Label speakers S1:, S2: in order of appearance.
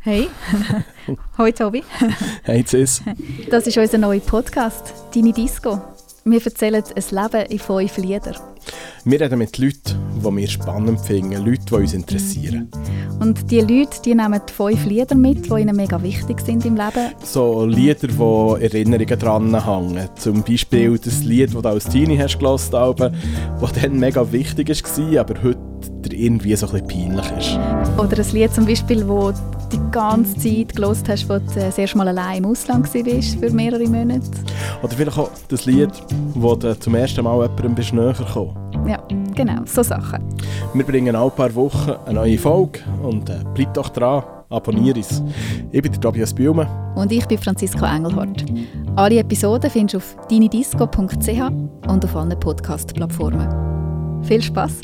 S1: Hey, hoi Tobi.
S2: Hey Cis.
S1: Das ist unser neuer Podcast, «Deine Disco». Wir erzählen ein Leben in fünf Liedern.
S2: Wir reden mit Leuten, die wir spannend finden, Leuten, die uns interessieren.
S1: Und diese Leute die nehmen fünf Lieder mit, die ihnen mega wichtig sind im Leben.
S2: So Lieder, die Erinnerungen dran hängen. Zum Beispiel das Lied, das du als Teenie hast gehört hast, das dann mega wichtig war, aber heute dir irgendwie so ein bisschen peinlich ist.
S1: Oder ein Lied zum Beispiel, das du die ganze Zeit gehört hast, als du äh, das erste Mal allein im Ausland warst, für mehrere Monate.
S2: Oder vielleicht auch das Lied, wo du zum ersten Mal jemandem bist näher gekommen
S1: Ja, genau, so Sachen.
S2: Wir bringen alle paar Wochen eine neue Folge und äh, bleib doch dran, abonniere uns. Ich bin der Tobias Bühlmann.
S1: Und ich bin Franziska Engelhardt. Alle Episoden findest du auf deinedisco.ch und auf allen Podcast-Plattformen. Viel Spaß!